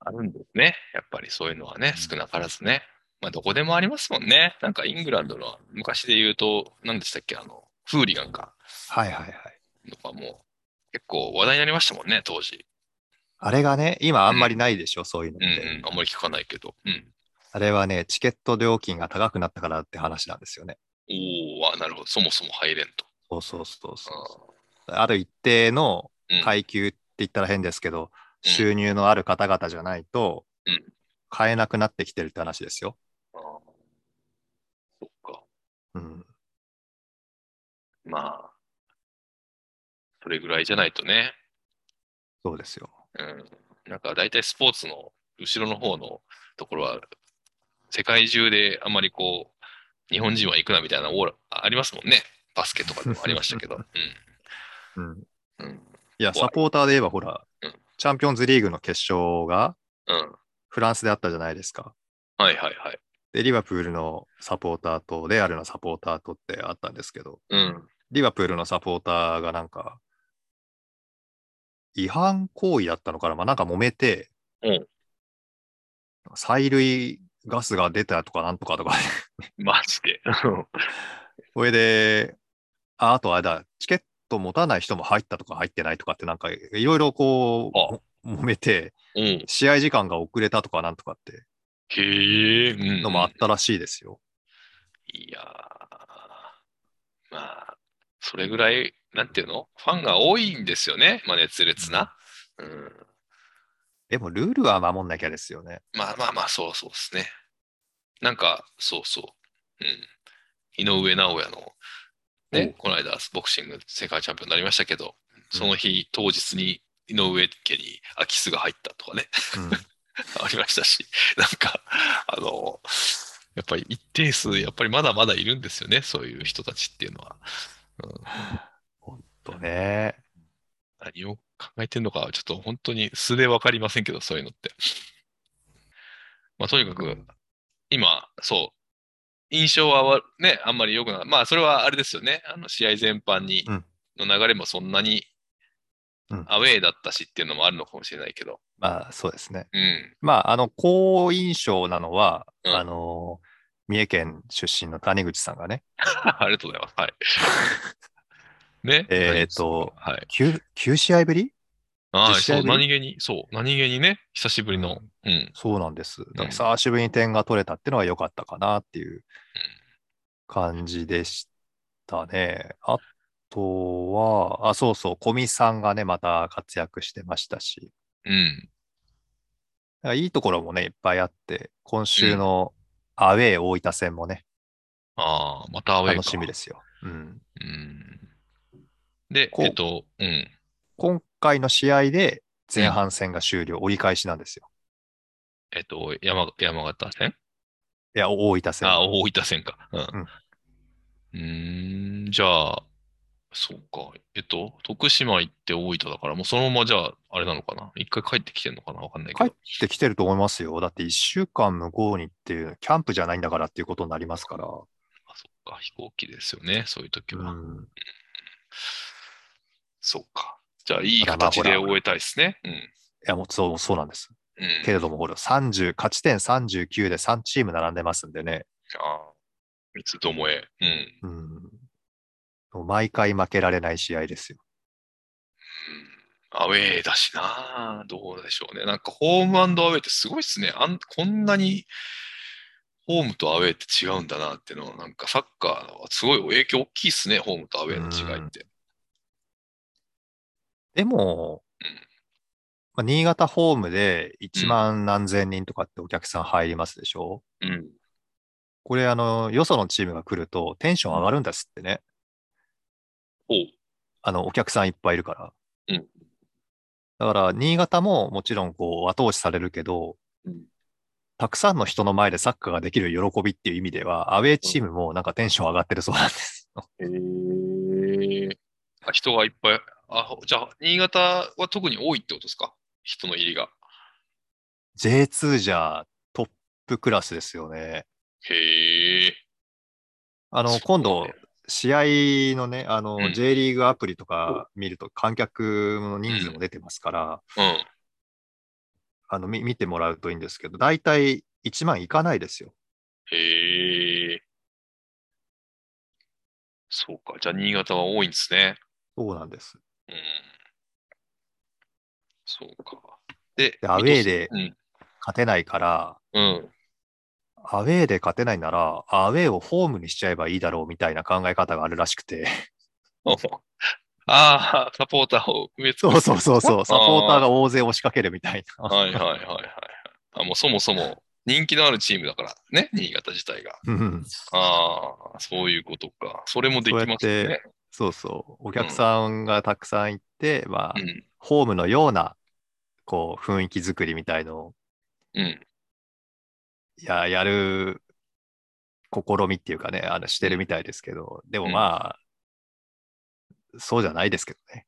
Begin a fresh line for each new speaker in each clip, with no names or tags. あるんですね。やっぱりそういうのはね、少なからずね。まあ、どこでもありますもんね。なんかイングランドの昔で言うと、何でしたっけ、あの、フーリガンか、
はいはいはい。
とかも、結構話題になりましたもんね、当時。
あれがね、今あんまりないでしょ、そういうのっ
うん
て。
うん、あんまり聞かないけど。うん。
あれはね、チケット料金が高くなったからって話なんですよね。
おー、あなるほど。そもそも入れんと。
そうそうそう
あ
そう。ある一定の
うん
階級って言ったら変ですけ
う
ど、
ん
収入のある方々じゃないと
うん、
買えなくなってきてるって話ですよ。
ーそっか。
うん。
まあ、それぐらいじゃないとね。
そうですよ。
うん。なんか大体スポーツの後ろの方のところは、世界中であんまりこう、日本人は行くなみたいなオーラありますもんね。バスケとかでもありましたけ ど。
うん。
うん。うん。
いや、
怖い
サポーターで言えばほら、
うん
チャンピオンズリーグの決勝が
うん。
フランスであったじゃないですか。
はいはいはい。
で、リバプールのサポーターとレアルのサポーターとってあったんですけど、
うん。
リバプールのサポーターがなんか、違反行為だったのから、まあ、なんか揉めて、
うん
催涙ガスが出たとかなんとかと か、
マジで。
それで、ああとあれだ、チケット持たない人も入ったとか入ってないとかって、なんかいろいろこ
あ
う、も揉めて、
うん。
試合時間が遅れたとかなんとかって
へえ。うん。
のもあったらしいですよ。
いやー、まあ、それぐらい、なんていうのファンが多いんですよね。まあ、熱烈な。うん。
でも、ルールは守んなきゃですよね。
まあまあまあ、そうそうですね。なんか、そうそう。うん。井上尚弥の、ね、この間、ボクシング世界チャンピオンになりましたけど、その日、当日に井上家に空き巣が入ったとかね、
うん
ありましたし、なんか、あの、やっぱり一定数、やっぱりまだまだいるんですよね、そういう人たちっていうのは。
とね。
何を考えてるのか、ちょっと本当に素でわかりませんけど、そういうのって。まあ、とにかく、今、そう、印象はわね、あんまり良くない。まあ、それはあれですよね。あの、試合全般に
うん、
の流れもそんなに
うん、
アウェーだったしっていうのもあるのかもしれないけど。
まあ、そうですね。
うん。
まあ、あの、好印象なのは、
うん
あの、三重県出身の谷口さんがね、
ありがとうございます。はい。 ね。
えーっと
はい。
9, 9試合ぶり
ああ、
実試合
そう、
ぶ
何
り
気に、そう、何気にね、久しぶりの、うん。
そうなんです。だから
うん
久しぶりに点が取れたってのは良かったかなっていう感じでしたね。あとは、あ、そうそう、小見さんがね、また活躍してましたし、
うん。
なんかいいところもね、いっぱいあって、今週のアウェー大分戦もね、
ああ、またアウェーか。
楽しみですよ。うん、
うんで、
こう
えっと、うん。
今回の試合で前半戦が終了、折り返しなんですよ。
えっと、山、山形線
いや、大分戦。
あ、大分線か。うん。うーん、じゃあ、そうか。えっと、徳島行って大分だから、もうそのままじゃあ、あれなのかな。一回帰ってきてんのかなわかんないけ
帰っ
ど。
てきてると思いますよ。だって1週間向こうにっていう、キャンプじゃないんだからっていうことになりますから。
あ、そっか。飛行機ですよね。そういう時は。
うん
そうか。じゃあ、いい
ただまあ
形
ほら
で終えたいですね。うん。
いや、もうそうそうなんです。
うん。
けれども、ほら、30、勝ち点39で3チーム並んでますんでね。
あ三つどもえ。うん。
うん。もう毎回負けられない試合ですよ。
うんアウェーだしな、どうでしょうね。なんかホームアウェーってすごいっすね。あんこんなにホームとアウェーって違うんだなっていうのは、なんかサッカーはすごい影響大きいっすね、ホームとアウェーの違いって。
でも
うん、
まあ、新潟ホームで1万何千人とかってお客さん入りますでしょ、
うん。
これ、あの、よそのチームが来るとテンション上がるんですってね。
ほう。
あの、お客さんいっぱいいるから。
うん
だから、新潟ももちろんこう後押しされるけど、
うん
たくさんの人の前でサッカーができる喜びっていう意味では、アウェーチームもなんかテンション上がってるそうなんです。
へえ。あ人がいっぱい。あ、ほじゃあ、新潟は特に多いってことですか人の入りが。
J2 じゃトップクラスですよね。
へえ。
あ
そう
の、
ね
今度、試合のね、あの、
うん
J リーグアプリとか見ると観客の人数も出てますから、
うん。
あの、み見てもらうといいんですけど、だいたい1万いかないですよ。
へえ。そうか。じゃあ、新潟は多いんですね。
そうなんです。
うん。そうか。で、
でアウェーで
うん。
勝てないから、
うん。
アウェーで勝てないなら、アウェーをホームにしちゃえばいいだろうみたいな考え方があるらしくて。
ああ、サポーターを埋め尽
そ
く
う
す
そうそう そう、サポーターが大勢押しかけるみたいな。
はいはいはいはい。あ、もうそもそも人気のあるチームだからね、新潟自体が。
うん
ああ、そういうことか。それもできます
そうや
ね
っ。そうそう。お客さんがたくさんいて、まあ
う、ん。
ホームのような、こう、雰囲気作りみたいのを、
うん。
いや、やる試みっていうかね、あの、してるみたいですけど、でもまあ、そうじゃないですけどね。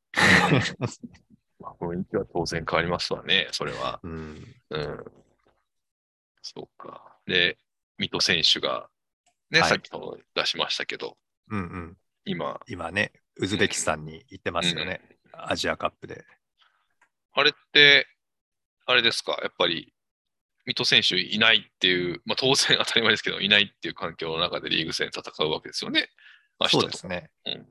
まあ、雰囲気は当然変わりますわね、それは。
うん。
うん。そうか。で、水戸選手が、ね、
はい
さっきも出しましたけど、
うんうん。
今、
今ね、ウズベキスタンに行ってますよね。アジアカップで。
あれって、あれですか、やっぱり、水戸選手いないっていう、まあ、当然当たり前ですけど、いないっていう環境の中でリーグ戦戦うわけですよね。明日
そう
と
ですね。
うん